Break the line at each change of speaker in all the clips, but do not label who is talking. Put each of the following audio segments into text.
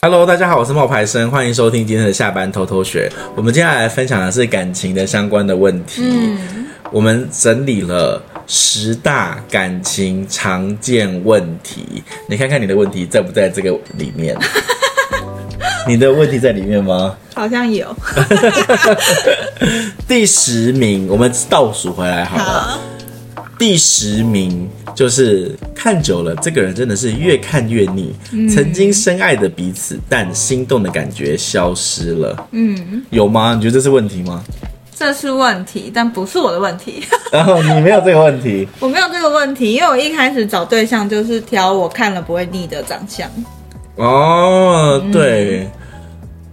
Hello，大家好，我是冒牌生，欢迎收听今天的下班偷偷学。我们接下来分享的是感情的相关的问题。嗯，我们整理了十大感情常见问题，你看看你的问题在不在这个里面？你的问题在里面吗？
好像有，
第十名，我们倒数回来好了。
好，
第十名就是看久了，这个人真的是越看越腻。曾经深爱的彼此，但心动的感觉消失了。嗯，有吗？你觉得这是问题吗？
这是问题，但不是我的问 题。
然后啊你没有这个问题，
我没有这个问题，因为我一开始找对象就是挑我看了不会腻的长相，
哦，对，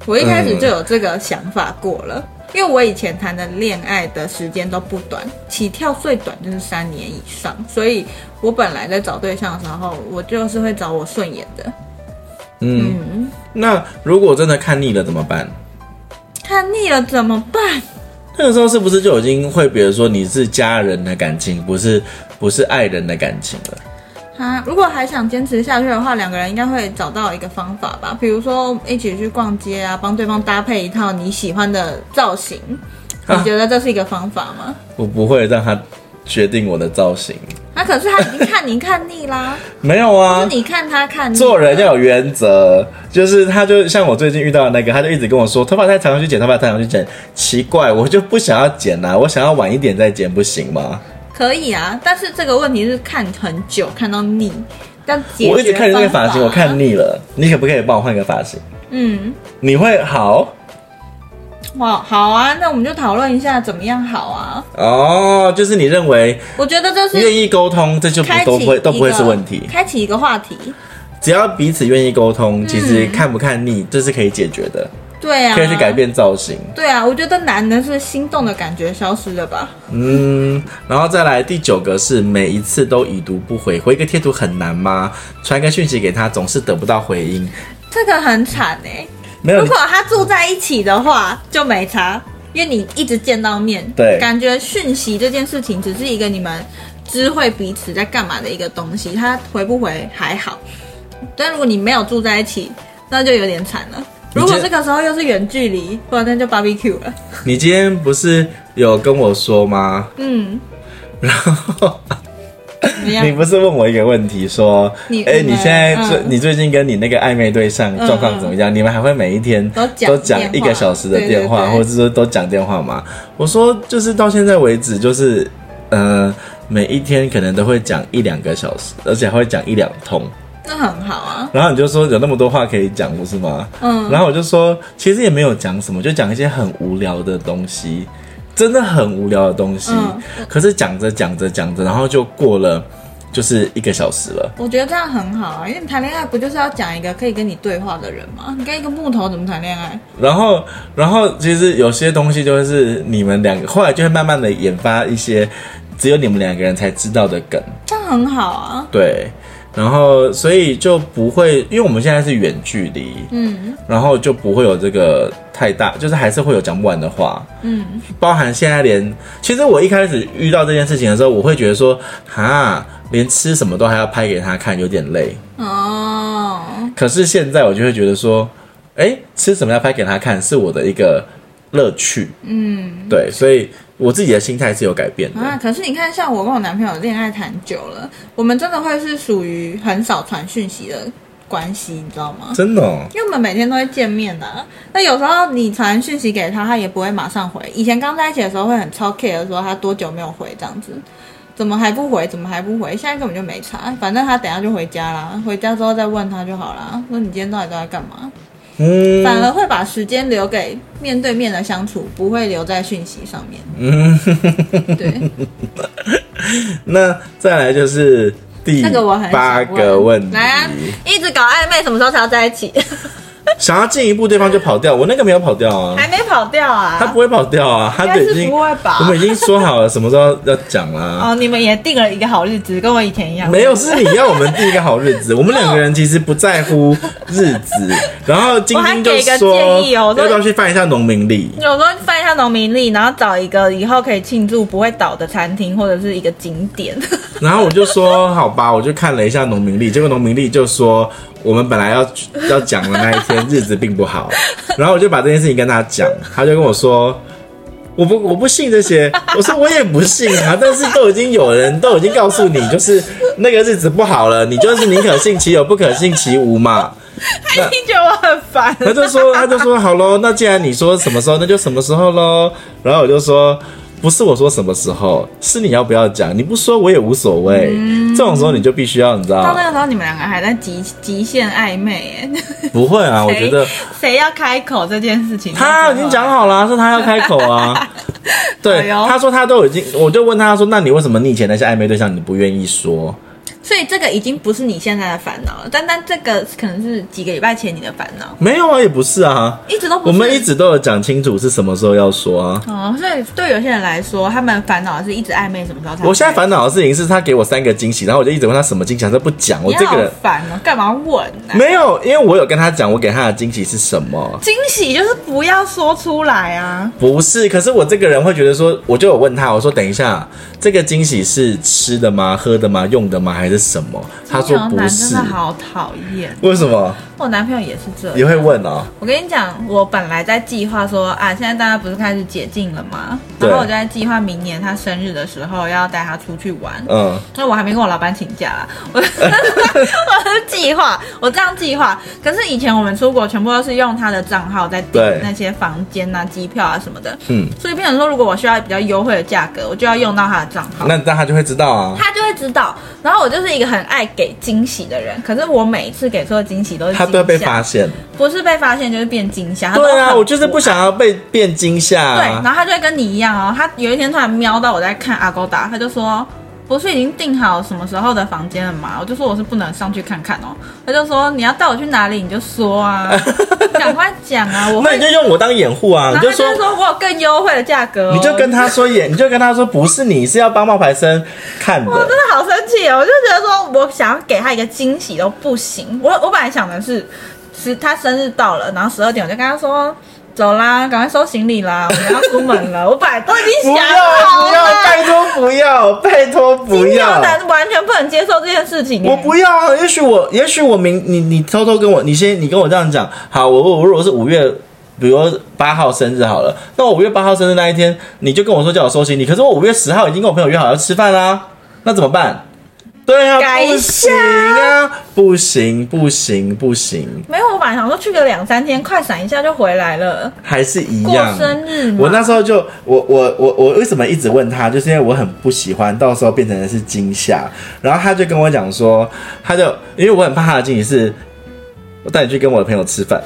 我一开始就有这个想法过了。因为我以前谈的恋爱的时间都不短，起跳最短就是三年以上，所以我本来在找对象的时候，我就是会找我顺眼的。
嗯，那如果真的看腻了怎么办？
看腻了怎么办？
那个时候是不是就已经会，比如说你是家人的感情，不是不是爱人的感情了？
啊，如果还想坚持下去的话，两个人应该会找到一个方法吧，比如说一起去逛街啊，帮对方搭配一套你喜欢的造型。
啊
你觉得这是一个方法吗？
我不会让他决定我的造型，
啊，可是他已经看你看腻啦，
没有 啊，
是你看他看腻。
做人要有原则，就是他就像我最近遇到的那个，他就一直跟我说头发太长要去剪，头发太长要去剪，奇怪，我就不想要剪啦、我想要晚一点再剪，不行吗？
可以啊，但是这个问题是看很久，看到腻，但解决
我一直看着那个
方
发
法
型，我看腻了，你可不可以帮我换个发型？
嗯，
你会好
哇，好啊，那我们就讨论一下怎么样好啊。
哦，就是你认为
我觉得这是
愿意沟通，这就不
开启
都不会
一
都不会
个
是问题。
开启一个话题。
只要彼此愿意沟通，其实看不看腻这是可以解决的，
对嗯啊，
可以去改变造型。
对啊，我觉得男的是心动的感觉消失了吧？
嗯，然后再来第九个是每一次都已读不回，回个贴图很难吗？传个讯息给他总是得不到回应，
这个很惨哎、
没有
如
你
果他住在一起的话，就没差，因为你一直见到面，
对
感觉讯息这件事情只是一个你们知会彼此在干嘛的一个东西，他回不回还好。但如果你没有住在一起，那就有点惨了。
你这
如果这个时候又是远距离，哇，那就 barbecue 了。
你今天不是有跟我说吗？
嗯，
然后
怎么
你
样？
不是问我一个问题说，
你
哎、
你们
你现在最、
嗯
你最近跟你那个暧昧对象状况怎么样？你们还会每一天
都讲
都讲一
电
个
话
小时的
对
电话，
对对
或者是说都讲电话吗？我说就是到现在为止，就是呃每一天可能都会讲一两个小时，而且还会讲一两通。
那很好啊。
然后你就说有那么多话可以讲，不是吗？
嗯
然后我就说，其实也没有讲什么，就讲一些很无聊的东西，真的很无聊的东西。
嗯
可是讲着讲着讲着，然后就过了就是一个小时了。
我觉得这样很好啊，因为你谈恋爱不就是要讲一个可以跟你对话的人吗？你跟一个木头怎么谈恋爱？
然后，然后其实有些东西就是你们两个后来就会慢慢的研发一些只有你们两个人才知道的梗，
这样很好啊。
对。然后，所以就不会，因为我们现在是远距离，
嗯
然后就不会有这个太大，就是还是会有讲不完的话。
嗯，
包含现在连，其实我一开始遇到这件事情的时候，我会觉得说，哈，连吃什么都还要拍给他看，有点累。
哦，
可是现在我就会觉得说，哎、吃什么要拍给他看，是我的一个乐趣。嗯，对，所以我自己的心态是有改变的。
啊！可是你看，像我跟我男朋友恋爱谈久了，我们真的会是属于很少传讯息的关系，你知道吗？
真的、哦，
因为我们每天都会见面的、啊，那有时候你传讯息给他，他也不会马上回。以前刚在一起的时候会很超 care，说他多久没有回这样子，怎么还不回，怎么还不回？现在根本就没差，反正他等一下就回家啦，回家之后再问他就好啦。说你今天到底都在干嘛？
嗯
反而会把时间留给面对面的相处，不会留在讯息上面。
嗯，
对，
那再来就是第
那个我很
八
想
个问题，
来啊，一直搞暧昧，什么时候才要在一 起？
想要进一步，对方就跑掉，我那个没有跑掉啊，
还没跑掉啊？
他不会跑掉啊，他
应
都
该
已
是
经
不会吧
我？们已经说好了什么时候要讲啦、
哦，你们也定了一个好日子，跟我以前一样。
没有，是你要我们定一个好日子。我们两个人其实不在乎日子，然后晶晶就
我还给一个
说
建议哦
要
我说
不要去翻一下农民历？
有时候翻一一下农民历，然后找一个以后可以庆祝不会倒的餐厅或者是一个景点。
然后我就说好吧，我就看了一下农民历，结果农民历就说我们本来要要讲的那一天日子并不好， 然后我就把这件事情跟他讲，他就跟我说。我不我不信这些，我说我也不信啊，但是都已经有人都已经告诉你，就是那个日子不好了，你就是宁可信其有，不可信其无嘛。
他一定觉得我很烦。
他就说，他就说好喽，那既然你说什么时候，那就什么时候喽。然后我就说，不是我说什么时候，是你要不要讲，你不说我也无所谓。
嗯
这种时候你就必须要，你知
到
道，
那个时候，你们两个还在极极限暧昧耶。
不会啊，我
谁
觉得
谁要开口这件事情，
他已经讲好了啊，是他要开口 啊。
哎
对，
呦
他说他都已经，我就问他说，那你为什么你以前那些暧昧对象你不愿意说？
所以这个已经不是你现在的烦恼了。但但这个可能是几个礼拜前你的烦恼，
没有啊，也不是啊，
一直都不是。
我们一直都有讲清楚是什么时候要说啊。
哦，所以对有些人来说，他们烦恼的是一直暧昧什么时候才。
我现在烦恼的事情是他给我三个惊喜，然后我就一直问他什么惊喜，他都不讲。我
你
这个
好
人
烦哦，干嘛问呢、
没有，因为我有跟他讲我给他的惊喜是什么，
惊喜就是不要说出来啊！
不是。可是我这个人会觉得说，我就有问他，我说等一下，这个惊喜是吃的吗？喝的吗？用的吗？还是什么？他说
这种
不
男真
是
的。好讨厌。
为什么
我男朋友也是这样。
也会问哦？
我跟你讲，我本来在计划说啊，现在大家不是开始解禁了吗？
对
然后我就在计划明年他生日的时候要带他出去玩。
嗯，
那我还没跟我老板请假啦，我我是计划，我这样计划。可是以前我们出国全部都是用他的账号在订
对
那些房间啊、机票啊什么的，
嗯，
所以变成说，如果我需要比较优惠的价格，我就要用到他的账号。
那那他就会知道啊。
他就会知道，然后我就是一个很爱给惊喜的人，可是我每一次给出的惊喜都是
他都会被
惊吓
发现，
不是被发现就是变惊吓。他都
对啊，
很
我就是不想要被变惊吓
对，
啊、
然后他就会跟你一样哦，他有一天突然瞄到我在看阿勾达，他就说。不是已经订好什么时候的房间了吗？我就说我是不能上去看看哦。他就说你要带我去哪里你就说啊，赶快讲啊，我
那
会
你。就用我当掩护啊，
然
你就
后他
说
就会说我有更优惠的价格、哦，
你就跟他说演，你就跟他说不是你是要帮冒牌生看
我真
的，
的好生气哦！我就觉得说，我想要给他一个惊喜都不行。我我本来想的是，是他生日到了，然后十二点我就跟他说。走啦，赶快收行李啦，我 们要出门了。我本来都已经
不
想
要
好
不要，啊
了，
拜托不要，拜托不
我
要，
男完全不能接受这件事情耶。欸
我不要啊！也许我，也许我明你你偷偷跟我，你先你跟我这样讲，好，我我我如果是五月。比如八号生日好了，那我五月八号生日那一天，你就跟我说叫我收行李，可是我五月十号已经跟我朋友约好要吃饭啦、那怎么办？对啊，
改
不
一
行
下
啊，不行不行不行，
没有，我本来想说去个两三天，快闪一下就回来了。
还是一
过
样。
生日嘛
我那时候就我我我我为什么一直问他，就是因为我很不喜欢到时候变成的是惊吓，然后他就跟我讲说，他就因为我很怕他的惊喜是。我带你去跟我的朋友吃饭，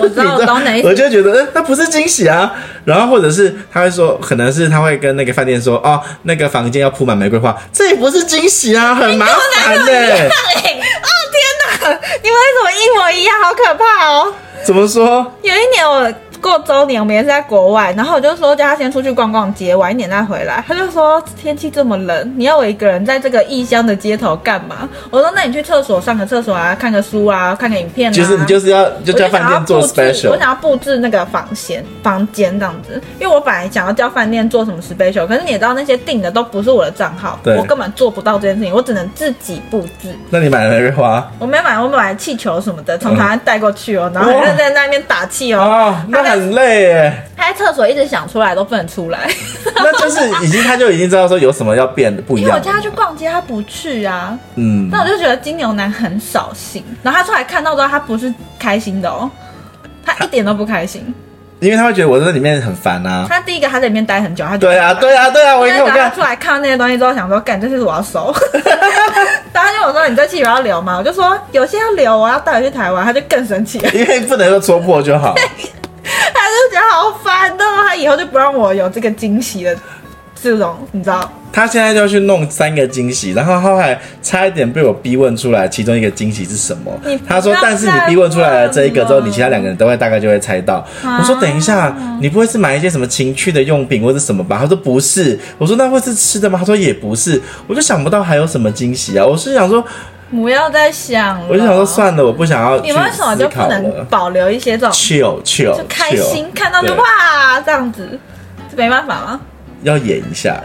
我知道，
你
我懂你的意
我
思。
就觉得，嗯、那不是惊喜啊。然后或者是他会说，可能是他会跟那个饭店说，哦，那个房间要铺满玫瑰花，这也不是惊喜啊，很麻烦呢、
哎 哦天哪，你们为什么一模一样？好可怕哦！
怎么说？
有一年我过周年，我们也是在国外，然后我就说叫他先出去逛逛街，晚一点再回来。他就说天气这么冷，你要我一个人在这个异乡的街头干嘛？我说那你去厕所上个厕所啊，看个书啊，看个影片啊。
就是你就是要就
我
叫
就
饭
想要
店做
布置，我
special，
想要布置那个房间，房间这样子，因为我本来想要叫饭店做什么 special，可是你也知道那些订的都不是我的账号，
对
我根本做不到这件事情，我只能自己布置。
那你买了玫瑰花
我没买，我买气球什么的，从台湾带过去哦，然后还在那边打气哦，
哦，那很累耶。
他在厕所一直想出来都不能 出来，
那就是已经他就已经知道说有什么要变的不一
因为我
样
叫。他去逛街，他不去啊。
嗯，
那我就觉得金牛男很扫兴。然后他出来看到之后，他不是开心的哦，他一点都不开 心。
因为他会觉得我在里面很烦啊。
他第一个他在里面待很久，他就
对啊，对啊，对啊，我一
因
定
为
我
他
看
出来看到那些东西之后，想说干，这就是我要收。 然后他就跟我说：“你这气球要留吗？”我就说：“有些要留，啊我要带你去台湾。”他就更生气了，
因为不能够戳破就好。
他就觉得好烦哦，他以后就不让我有这个惊喜的这种，你知道？
他现在就要去弄三个惊喜，然后后来差一点被我逼问出来，其中一个惊喜是什么
你？不
他说
要：“
但是你
再
逼问出来了
问
这一个之后，
了
你其他两个人都会大概就会猜到。”
嗯
我
啊
说：“等一下，你不会是买一些什么情趣的用品或者什么吧？”他说：“不是。”我说：“那会是吃的吗？”他说：“也不是。”我就想不到还有什么惊喜啊！我是想说，
不要再想了。
我就想说算了，我不想要去
你为什么
思
就不
考了。
能保留一些这种
chill chill，
就开
chill
心看到就
对
哇这样子？没办法吗？
要演一下，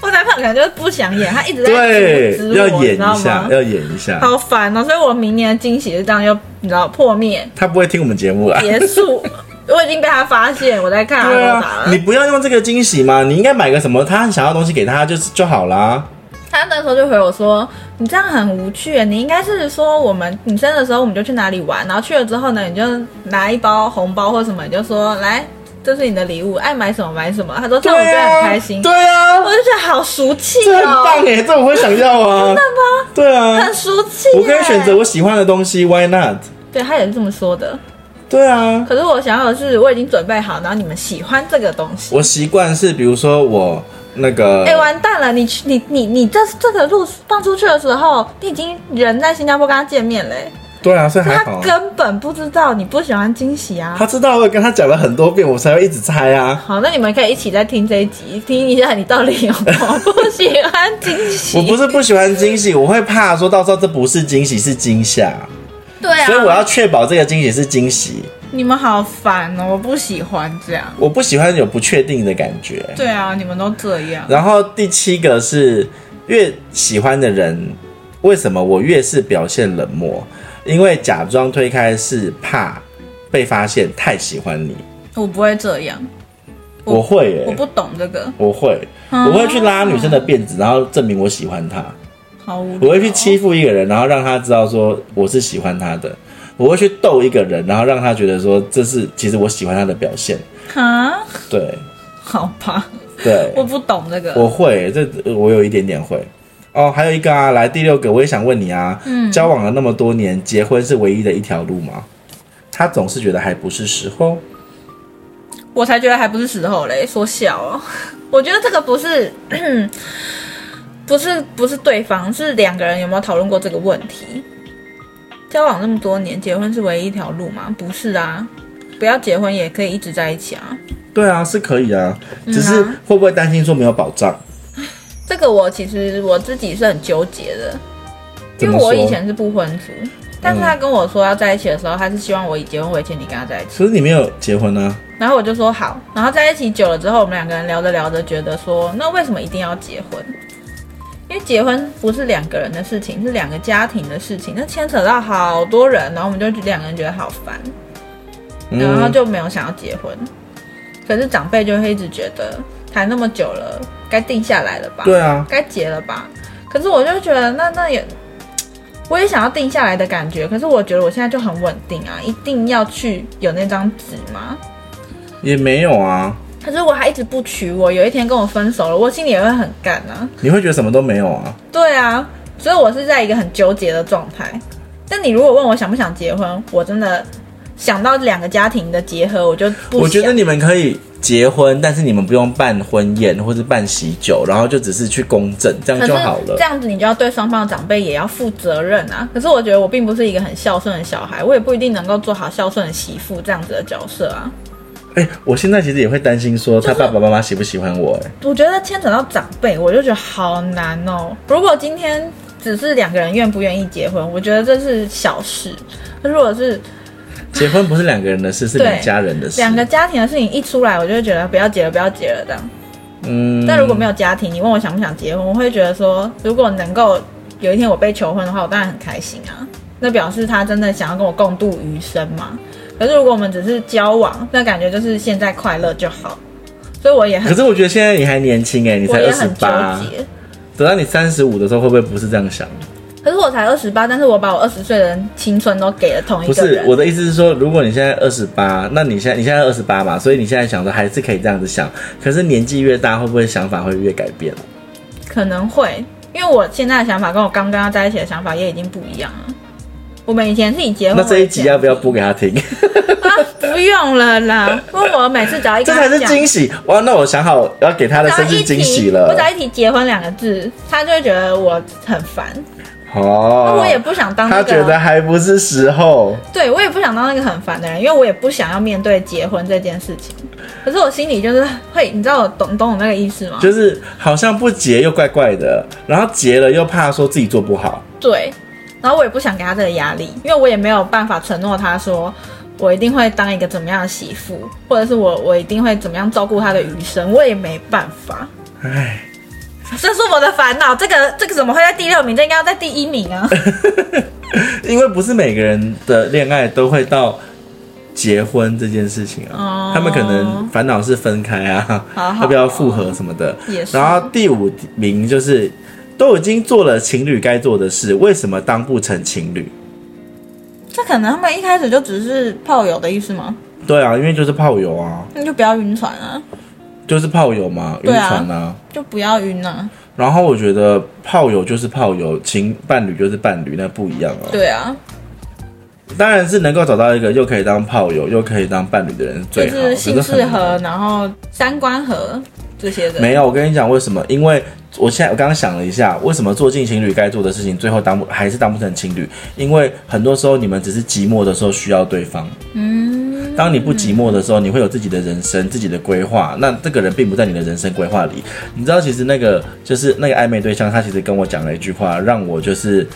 我男朋友可能就是不想演，他一直在
对
阻，止
要
我，
演
你知道
一下
吗，？
要演一下。
好烦哦！所以我明年的惊喜就这样又你知道破灭
他不会听我们节目啊。
结束，我已经被他发现我在看阿
对
罗达
啊，
了
你。不要用这个惊喜嘛，你应该买个什么他想要的东西给他就是就好啦。
他那时候就回我说：“你这样很无趣，你应该是说我们你生的时候我们就去哪里玩，然后去了之后呢，你就拿一包红包或什么，你就说来，这是你的礼物，爱买什么买什么。”他说：“这样我觉得很开心。
对啊，
我就觉得好俗气
这很棒
哦，
哎，这我会想要啊。真的吗？对啊
很，欸俗气、
我可以选择。我喜欢的东西，Why not？
对他也是这么说的。
对啊，
可是我想要的是，我已经准备好，然后你们喜欢这个东西。
我习惯是比如说我那个，
哎、完蛋了！你去你你你这这个路放出去的时候，你已经人在新加坡跟他见面嘞、欸
对啊，所以还
他
好啊。
根本不知道你不喜欢惊喜啊
他。知道我也跟他讲了很多遍，我才会一直猜啊。
好，那你们可以一起再听这一集，听一下你到底有没有 不喜欢惊喜。
我不是不喜欢惊喜，我会怕说到时候这不是惊喜是惊吓，
对啊，
所以我要确保这个惊喜是惊喜。
你们好烦哦，我不喜欢这样。
我不喜欢有不确定的感觉。
对啊，你们都这样。
然后第七个是越喜欢的人，为什么我越是表现冷漠？因为假装推开是怕被发现太喜欢你。
我不会这样，我
我会耶、
我不哦懂这个，啊
我会， 我会去拉女生的辫子，然后证明我喜欢她。
好无聊。
我会去欺负一个人，然后让他知道说我是喜欢他的。我会去逗一个人，然后让他觉得说这是其实我喜欢他的表现。
哈，
对
好吧，
对，
我不懂这个。
我会，这我有一点点会。哦，还有一个啊，来第六个，我也想问你啊，
嗯
交往了那么多年，结婚是唯一的一条路吗？他总是觉得还不是时候。
我才觉得还不是时候嘞，说笑哦。 我觉得这个不是， 不是不是对方，是两个人有没有讨论过这个问题？交往那么多年，结婚是唯一一条路吗？不是啊，不要结婚也可以一直在一起啊。
对啊，是可以啊，
嗯
只是会不会担心说没有保障？
这个我其实我自己是很纠结的，
怎
因
么
为我
说嗯
以前是不婚族，但是他跟我说要在一起的时候，他是希望我以结婚为前提跟他在一起。
可是你没有结婚啊，
然后我就说好，然后在一起久了之后，我们两个人聊着聊着，觉得说，那为什么一定要结婚？因为结婚不是两个人的事情，是两个家庭的事情，那牵扯到好多人，然后我们就两个人觉得好烦，
嗯、
然后就没有想要结婚。可是长辈就会一直觉得，谈那么久了，该定下来了吧？
对啊，
该结了吧？可是我就觉得那那也，我也想要定下来的感觉。可是我觉得我现在就很稳定啊，一定要去有那张纸吗？
也没有啊，
可是我还一直不娶我，有一天跟我分手了，我心里也会很干啊。
你会觉得什么都没有啊？
对啊，所以我是在一个很纠结的状态。但你如果问我想不想结婚，我真的想到两个家庭的结合，我就不想。
我觉得你们可以结婚，但是你们不用办婚宴或是办喜酒，然后就只是去公证，这
可
样
是
就好了
这。样子你就要对双方的长辈也要负责任啊。可是我觉得我并不是一个很孝顺的小孩，我也不一定能够做好孝顺的媳妇这样子的角色啊。
哎、我现在其实也会担心说他爸爸妈妈喜不喜欢我、哎，
我觉得牵扯到长辈，我就觉得好难哦。如果今天只是两个人愿不愿意结婚，我觉得这是小事。可是如果是
结婚不是两个人的事，是
对
两家人的事。
两个家庭的事情一出来，我就会觉得不要结了，不要结了这样。
嗯，
但如果没有家庭，你问我想不想结婚，我会觉得说，如果能够有一天我被求婚的话，我当然很开心啊。那表示他真的想要跟我共度余生嘛。可是如果我们只是交往，那感觉就是现在快乐就好。所以我也
可
很，
是我觉得现在你还年轻哎、你
我
才
也
二十
很纠
八，
结。
等到你三十五的时候，会不会不是这样想？
可是我才二十八，但是我把我二十岁的青春都给了同一
不
个
是
人。
我的意思是说，如果你现在二十八，那你现在你现在二十八嘛，所以你现在想着还是可以这样子想。可是年纪越大，会不会想法会越改变？
可能会，因为我现在的想法跟我刚刚要在一起的想法也已经不一样了。我们以前是以结婚
那
为
这一集
前
要不要播给他听？
啊，不用了 啦，因为我每次只要一
这
跟
才
他
是
讲，
惊喜哇！那我想好我要给他的
只要
生日
一
惊
提
喜
我
了
只。要一提结婚两个字，他就会觉得我很烦，啊
哦，
我也不想当那
他觉得
个，
还不是时候。
对我也不想当那个很烦的人，因为我也不想要面对结婚这件事情。可是我心里就是会，你知道我懂懂我那个意思吗？
就是好像不结又怪怪的，然后结了又怕说自己做不好。
对，然后我也不想给他这个压力，因为我也没有办法承诺他说。我一定会当一个怎么样的媳妇，或者是我我一定会怎么样照顾他的余生，我也没办法，
唉，
这是我的烦恼。这个这个怎么会在第六名？这应该要在第一 名啊！
因为不是每个人的恋爱都会到结婚这件事情啊，
哦
他们可能烦恼是分开啊，
好好
要不要复合什么的。
也是
然后第五名就是都已经做了情侣该做的事，为什么当不成情侣？
这可能他们一开始就只是炮友的意思吗？
对啊，因为就是炮友啊，
那就不要晕船啊，
就是炮友嘛，晕
对啊
船啊。
就不要晕啊。
然后我觉得炮友就是炮友，情伴侣就是伴侣，那不一样哦。
对啊，
当然是能够找到一个又可以当炮友又可以当伴侣的人是
就
最好，
是性
可
适
很难
合，然后三观合这些的。
没有，我跟你讲为什么？因为我现在我刚刚想了一下，为什么做尽情侣该做的事情，最后当不还是当不成情侣？因为很多时候你们只是寂寞的时候需要对方。嗯，当你不寂寞的时候，你会有自己的人生、自己的规划。那这个人并不在你的人生规划里。你知道，其实那个就是那个暧昧对象，他其实跟我讲了一句话，让我就是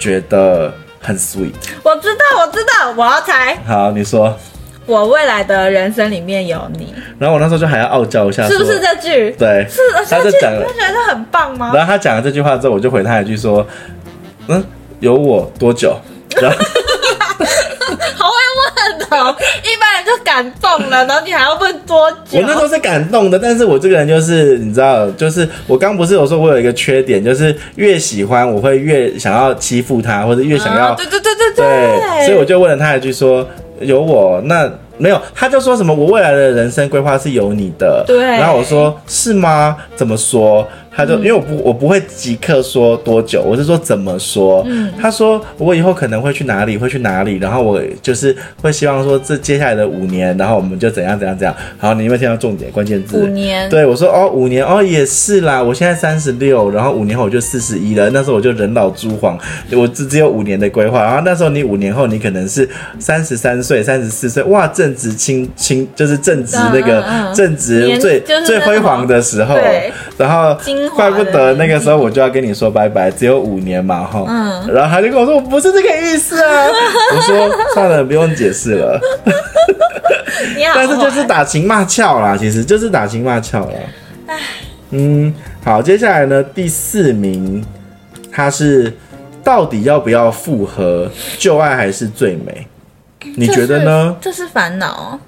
觉得很 sweet。
我知道，我知道，我要猜。
好，你说。
我未来的人生里面有你，
然后我那时候就还要傲娇一下，
是不是
说？
这句？
对，
是，呃而且
他就
这句
讲了
你不觉得很棒吗？
然后他讲了这句话之后，我就回他一句说：“嗯，有我多久？”然 后
好会问 哦，一般人就感动了，然后你还要问多久
我那时？候是感动的，但是我这个人就是你知道，就是我刚不是有说我有一个缺点，就是越喜欢我会越想要欺负他，或者越想要、
啊对对对对
对，所以我就问了他一句说：“有我那没有？”他就说什么“我未来的人生规划是有你的”，
对
然后我说：“是吗？怎么说？”他
嗯
就、因为我不我不会即刻说多久，我是说怎么说。
嗯
他说我以后可能会去哪里，会去哪里，然后我就是会希望说这接下来的五年，然后我们就怎样怎样怎样。好，你有没有听到重点关键字？
五年
对，我说哦，五年哦也是啦，我现在三十六，然后五年后我就四十一了，那时候我就人老珠黄，我只只有五年的规划。然后那时候你五年后你可能是三十三岁、三十四岁，哇，正值青青就是正值那个、
嗯嗯嗯
正值
年
最、
就是那
最辉
种
煌的时候
对，
然后
精华
怪
的
不得那个时候我就要跟你说拜拜，只有五年嘛哈。
嗯
然后他就跟我说我不是这个意思 啊，我说算了，不用解释了。
你好，
但是就是打情骂俏啦，其实就是打情骂俏啦。嗯，好，接下来呢，第四名，他是到底要不要复合？旧爱还是最美？你觉得呢？
这是？这是烦恼哦，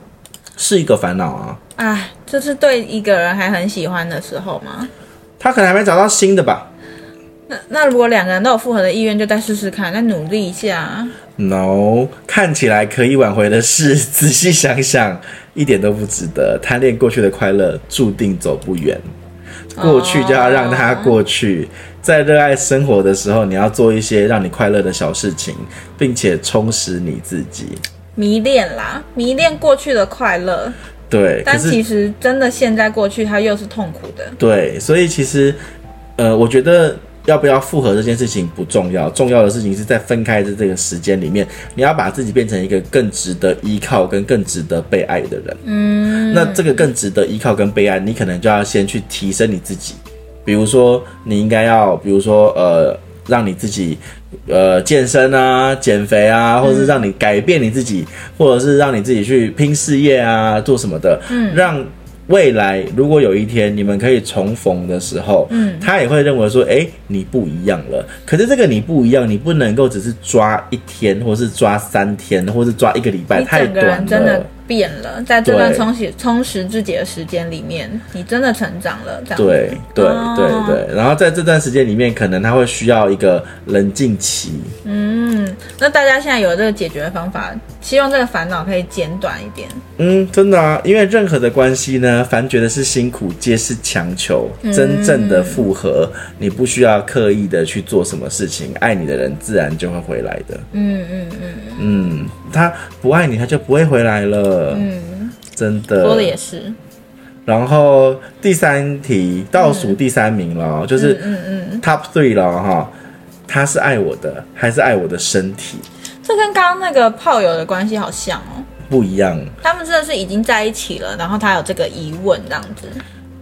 是一个烦恼啊，
哎，这是对一个人还很喜欢的时候吗？
他可能还没找到新的吧
那那如果两个人都有复合的意愿，就再试试看，再努力一下啊。
？No，看起来可以挽回的事， 仔细想想，一点都不值得。贪恋过去的快乐，注定走不远。
哦
过去就要让它过去。在热爱生活的时候，你要做一些让你快乐的小事情，并且充实你自己。
迷恋啦，迷恋过去的快乐，
对，可
但
是
其实真的现在过去，它又是痛苦的。
对，所以其实，呃，我觉得要不要复合这件事情不重要，重要的事情是在分开的这个时间里面，你要把自己变成一个更值得依靠跟更值得被爱的人。嗯，那这个更值得依靠跟被爱，你可能就要先去提升你自己，比如说你应该要，比如说呃，让你自己。呃，健身啊，减肥
嗯
啊，或者是让你改变你自己，或者是让你自己去拼事业啊，做什么的，嗯，让未来如果有一天你们可以重逢的时候，嗯，他也会认为说，哎、你不一样了。可是这个你不一样，你不能够只是抓一天，或是抓三天，或是抓一个礼拜，
你
太
整个
短
人
了。
真的变了，在这段
对
充实充实自己的时间里面，你真的成长了。这样子
对对
哦
对对，然后在这段时间里面，可能他会需要一个冷静期。
嗯，那大家现在有这个解决方法，希望这个烦恼可以减短一点。
嗯，真的啊，因为任何的关系呢，凡觉得是辛苦，皆是强求。
嗯
真正的复合，你不需要刻意的去做什么事情，爱你的人自然就会回来的。
嗯嗯嗯
嗯，他不爱你，他就不会回来了。
嗯，
真的。
说的也是。
然后第三题倒数第三名了哦，就是
嗯嗯，
top three 了哈、他是爱我的，还是爱我的身体？
这跟刚刚那个炮友的关系好像哦。
不一样。
他们真的是已经在一起了，然后他有这个疑问这样子。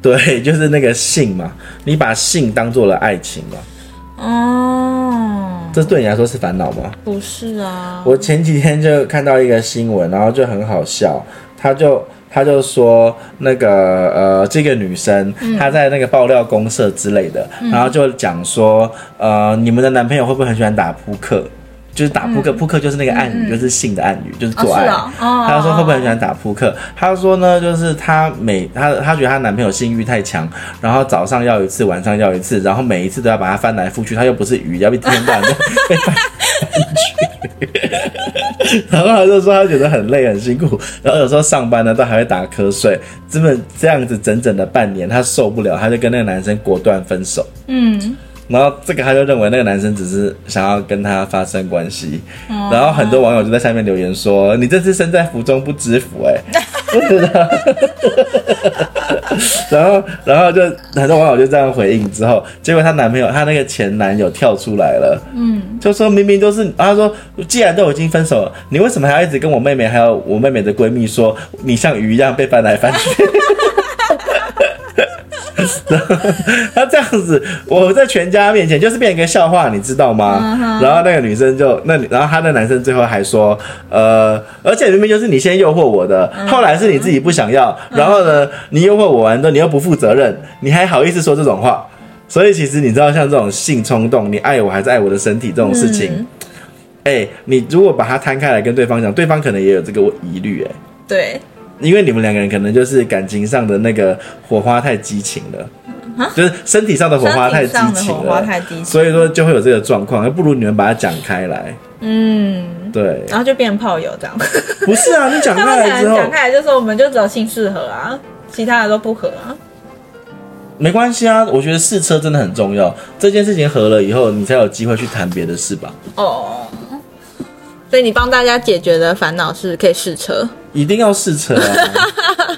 对，就是那个性嘛，你把性当做了爱情嘛。
哦，
这对你来说是烦恼吗？
不是啊，
我前几天就看到一个新闻，然后就很好笑，他就他就说那个呃，这个女生、她在那个爆料公社之类的，
嗯
然后就讲说呃，你们的男朋友会不会很喜欢打扑克？就是打扑克，扑克就是那个暗语，就是性的暗语，就是做爱。
嗯哦是哦哦
她就说会不会很喜欢打扑克？她说呢，就是她每她她觉得她男朋友性欲太强，然后早上要一次，晚上要一次，然后每一次都要把它翻来覆去，她又不是鱼，要一天到晚都 被翻然后他就说他觉得很累很辛苦，然后有时候上班呢都还会打瞌睡，这么这样子整整的半年，他受不了，他就跟那个男生果断分手。
嗯，
然后这个他就认为那个男生只是想要跟他发生关系，然后很多网友就在下面留言说：“你这次身在福中不知福、欸，哎。”然后，然后就很多网友就这样回应之后，结果她男朋友，她那个前男友跳出来了，嗯，就说明明都是，他说既然都已经分手了，你为什么还要一直跟我妹妹还有我妹妹的闺蜜说你像鱼一样被翻来翻去？ 他这样子，我在全家面前就是变一个笑话，你知道吗？然后那个女生就那女，然后他那男生最后还说，呃，而且明明就是你先诱惑我的，后来是你自己不想要，然后呢，你诱惑我完之后，你又不负责任，你还好意思说这种话？所以其实你知道，像这种性冲动，你爱我还是爱我的身体这种事情，哎、你如果把它摊开来跟对方讲，对方可能也有这个疑虑，哎，
对，
因为你们两个人可能就是感情上的那个火花太激情了，就是身体上的火花太激
啊身体
情
上的火花太
了
激，情
所以说就会有这个状况，不如你们把它讲开来。
嗯，
对，
然后就变炮友这样。
不是啊，你讲
他
开
们可
来之
能
后
讲开来就说，我们就只有性适合啊，其他的都不合啊。
没关系啊，我觉得试车真的很重要，这件事情合了以后，你才有机会去谈别的事吧。
哦，所以你帮大家解决的烦恼是可以试车，
一定要试车 啊，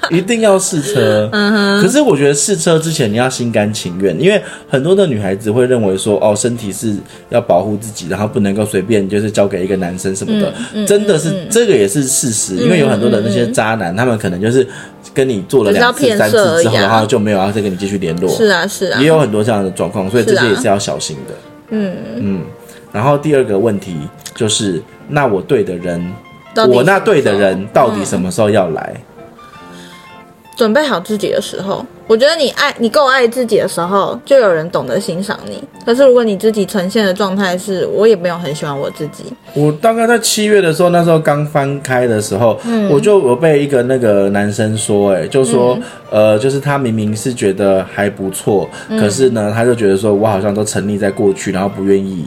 一定要试车。
嗯
可是我觉得试车之前你要心甘情愿，因为很多的女孩子会认为说，哦，身体是要保护自己，然后不能够随便就是交给一个男生什么的，
嗯
真的是、这个也是事实。因为有很多的那些渣男，他们可能就是跟你做了两
只是
次、
要
三
骗色
次之
而
后，
已啊
然后就没有要再跟你继续联络。
是啊是啊
也，有很多这样的状况，所以这些也是要小心的。
嗯，
嗯，然后第二个问题就是，那我对的人，
到底
我那
什么
对的
时候
人到底什么时候要来？
准备好自己的时候，我觉得你爱你够爱自己的时候，就有人懂得欣赏你。可是如果你自己呈现的状态是，我也没有很喜欢我自己，
我大概在七月的时候，那时候刚翻开的时候，
嗯
我就有被一个那个男生说、哎，就说、呃，就是他明明是觉得还不错，
嗯
可是呢，他就觉得说我好像都沉溺在过去，然后不愿意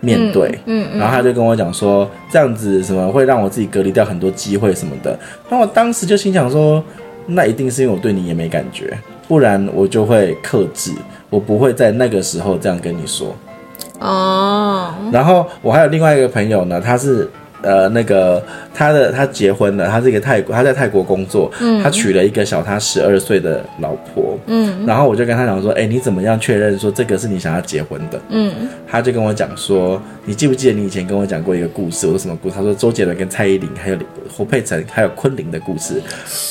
面对，
嗯
然后他就跟我讲说，这样子什么会让我自己隔离掉很多机会什么的。那我当时就心想说，那一定是因为我对你也没感觉，不然我就会克制，我不会在那个时候这样跟你说。
哦，
然后我还有另外一个朋友呢，他是呃那个他的他结婚了，他是一个泰国，他在泰国工作，他娶了一个小他十二岁的老婆，
嗯
然后我就跟他讲说，哎、你怎么样确认说这个是你想要结婚的？
嗯，
他就跟我讲说，你记不记得你以前跟我讲过一个故事？我说什么故事？他说周杰伦跟蔡依林，还有侯佩岑，还有昆凌的故事。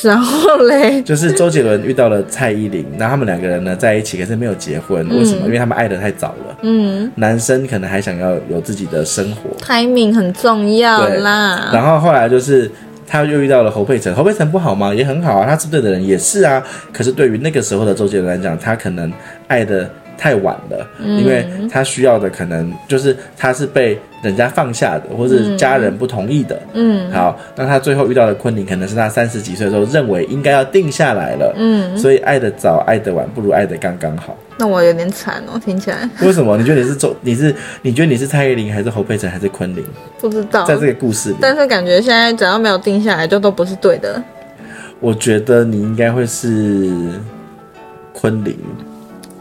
然后嘞，
就是周杰伦遇到了蔡依林，那他们两个人呢在一起，可是没有结婚，为什么？因为他们爱的太早了。
嗯
男生可能还想要有自己的生活，
，timing 很重要
对
啦。
然后后来就是他又遇到了侯佩岑，侯佩岑不好吗？也很好啊，他是对的人也是啊。可是对于那个时候的周杰伦来讲，他可能爱的太晚了，
嗯
因为他需要的可能就是他是被人家放下的，或是家人不同意的。
嗯
好，那他最后遇到的昆凌，可能是他三十几岁的时候认为应该要定下来了。
嗯，
所以爱的早，爱的晚，不如爱的刚刚好。
那我有点惨哦，听起来
为什么？你觉得你是周，你是你觉得你是蔡依林还是侯佩岑还是昆凌？
不知道。
在这个故事里，
但是感觉现在只要没有定下来，就都不是对的。
我觉得你应该会是昆凌，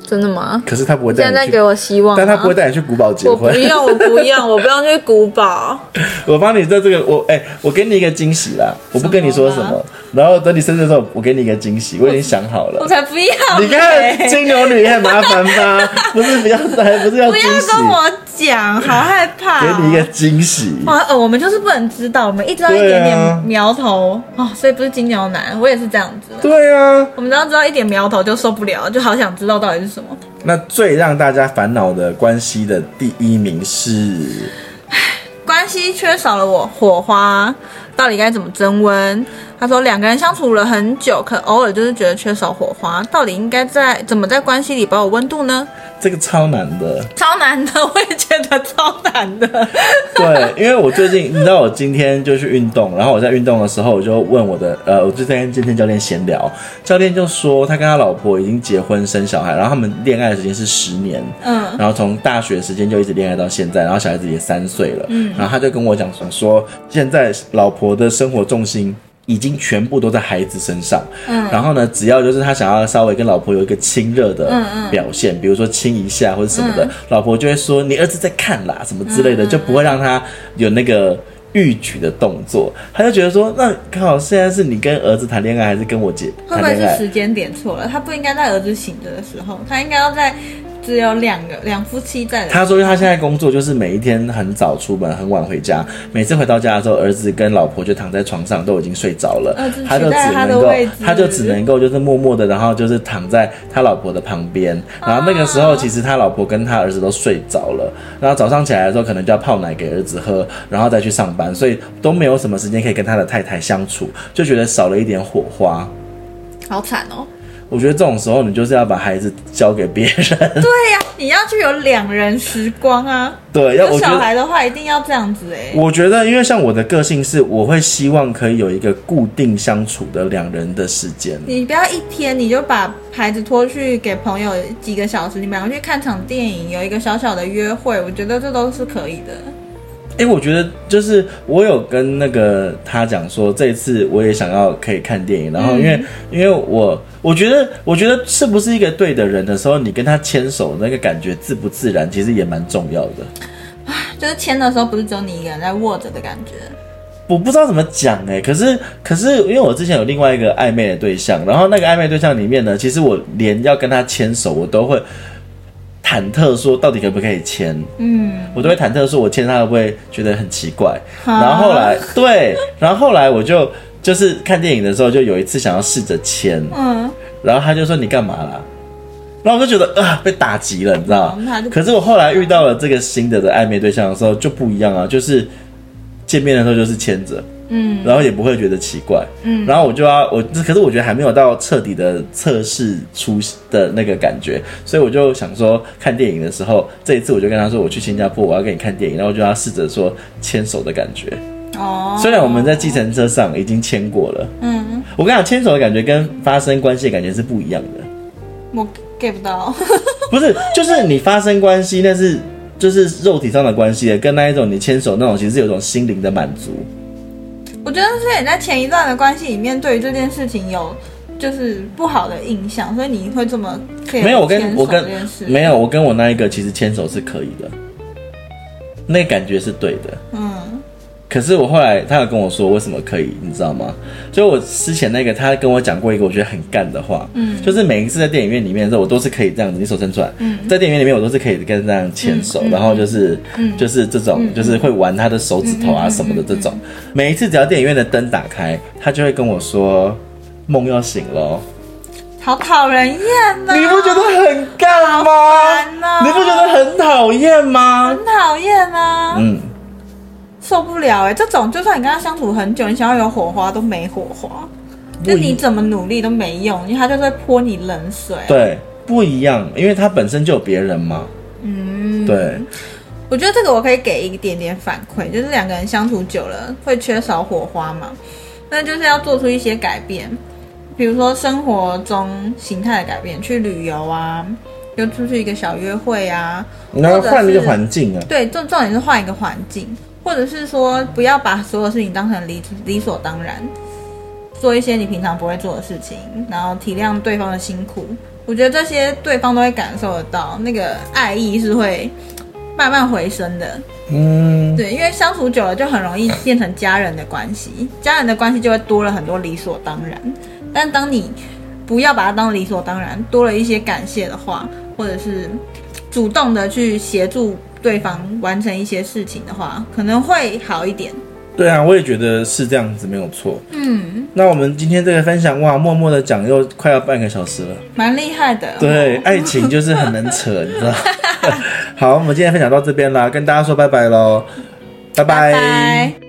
真的吗？
可是他不会带
现在
你
给
去，
我希望吗，啊
但他不会带你去古堡结
我
婚
不。用，我不用，我不用去古堡。
我帮你在这个，我哎、我给你一个惊喜啦，我不跟你说什
什么
么，然后等你生日的时候，我给你一个惊喜，我已经想好
我
了。
才不要！
你看金牛女也很麻烦吧？不是不要，还不是要
不
惊
要
喜，
跟我啊讲，好害怕、
给你一个。惊喜。啊
哇，呃，我们就是不能知道，我们一知道一点点苗头、哦，所以不是金牛男，我也是这样子。
对啊，
我们只要知道一点苗头就受不了，就好想知道到底是什么。
那最让大家烦恼的关系的第一名是，
关系缺少了我火花，到底该怎么增温？他说两个人相处了很久，可偶尔就是觉得缺少火花，到底应该在怎么在关系里保有温度呢？
这个超难的。
超难的，我也觉得超 难的。
对，因为我最近，你知道，我今天就去运动，然后我在运动的时候，我就问我的，呃，我就在跟健身教练闲聊，教练就说他跟他老婆已经结婚生小孩，然后他们恋爱的时间是十年，
嗯，
然后从大学时间就一直恋爱到现在，然后小孩子也三岁了，嗯，然后他就跟我讲说说，现在老婆的生活重心。已经全部都在孩子身上，嗯，然后呢，只要就是他想要稍微跟老婆有一个亲热的
嗯
表现，比如说亲一下或者什么的，老婆就会说你儿子在看啦，什么之
嗯
类的，就不会让他有那个欲举的动作。他就觉得说，那刚好现在是你跟儿子谈恋爱，还是跟我姐
会
谈
不会
恋
是
爱？
时间点错了？他不应该在儿子醒着的时候，他应该要在只有两个两夫妻在的时候。
他说他现在工作就是每一天很早出门，很晚回家，每次回到家的时候，儿子跟老婆就躺在床上都已经睡着了
儿子，
他就
取代
只
他
能
的
够
位置
他就只能够就是默默的，然后就是躺在他老婆的旁边，
啊
然后那个时候其实他老婆跟他儿子都睡着了，然后早上起来的时候可能就要泡奶给儿子喝，然后再去上班，所以都没有什么时间可以跟他的太太相处，就觉得少了一点火花。
好惨哦！
我觉得这种时候你就是要把孩子交给别人，
对呀、你要去有两人时光啊！
对，要
有
我觉
小
得。
孩的话，一定要这样子哎、
我觉得，因为像我的个性是，我会希望可以有一个固定相处的两人的时间。
你不要一天你就把孩子拖去给朋友几个小时，你们两个去看场电影，有一个小小的约会，我觉得这都是可以的。
诶，我觉得就是我有跟那个他讲说，这次我也想要可以看电影，然后因为、因为我我觉得我觉得是不是一个对的人的时候，你跟他牵手那个感觉自不自然，其实也蛮重要的。
就是牵的时候，不是只有你一个人在握着的感觉。
我不知道怎么讲哎、可是可是因为我之前有另外一个暧昧的对象，然后那个暧昧对象里面呢，其实我连要跟他牵手，我都会忐忑说到底可不可以牵，
嗯，
我都会忐忑说我牵他会不会觉得很奇怪。
啊
然后后来对，然后后来我就就是看电影的时候，就有一次想要试着牵，
嗯，
然后他就说你干嘛啦？然后我就觉得啊、被打击了，你知道
嗯他就
可是我后来遇到了这个新的的暧昧对象的时候就不一样啊，就是见面的时候就是牵着，
嗯，
然后也不会觉得奇怪，
嗯，
然后我就要我，可是我觉得还没有到彻底的测试出的那个感觉，所以我就想说看电影的时候，这一次我就跟他说我去新加坡，我要跟你看电影，然后我就要试着说牵手的感觉。
哦，
虽然我们在计程车上已经牵过了，
嗯，
我跟你讲，牵手的感觉跟发生关系的感觉是不一样的。
我 get 不到，
不是，就是你发生关系，那是就是肉体上的关系，跟那一种你牵手那种，其实有一种心灵的满足。
我觉得是你在前一段的关系里面，对于这件事情有就是不好的印象，所以你会这么 care
没有，我
牵
跟
手
我跟
这件事
没有，我跟我那一个其实牵手是可以的，那感觉是对的。
嗯，
可是我后来他有跟我说为什么可以，你知道吗？就我之前那个他跟我讲过一个我觉得很干的话，嗯，就是每一次在电影院里面的时候，我都是可以这样子，你手伸出来，嗯，在电影院里面我都是可以跟这样牵手，
嗯
然后就是、就是这种、就是会玩他的手指头啊什么的这
嗯
种，每一次只要电影院的灯打开，他就会跟我说梦要醒了，
好讨人厌呐、
你不觉得很干吗？
好烦哦
你不觉得很讨厌吗？
很讨厌啊？
嗯，
受不了哎、这种就算你跟他相处很久，你想要有火花都没火花，
不
就
一
你怎么努力都没用，因为他就是会泼你冷水。
对不一样，因为他本身就有别人嘛，
嗯，
对。
我觉得这个我可以给一点点反馈，就是两个人相处久了会缺少火花嘛，那就是要做出一些改变，比如说生活中形态的改变，去旅游啊，又出去一个小约会啊，
你要
或者
换一个
是
环境啊，
对，重重点是换一个环境，或者是说不要把所有事情当成理理所当然，做一些你平常不会做的事情，然后体谅对方的辛苦。我觉得这些对方都会感受得到，那个爱意是会慢慢回升的。
嗯，
对，因为相处久了就很容易变成家人的关系，家人的关系就会多了很多理所当然。但当你不要把它当理所当然，多了一些感谢的话，或者是主动的去协助对方完成一些事情的话，可能会好一点。
对啊，我也觉得是这样子，没有错。
嗯，
那我们今天这个分享，哇，默默的讲又快要半个小时了。
蛮厉害的。
对，爱情就是很能扯，你知 道。好，我们今天分享到这边啦，跟大家说拜拜喽，拜
拜拜。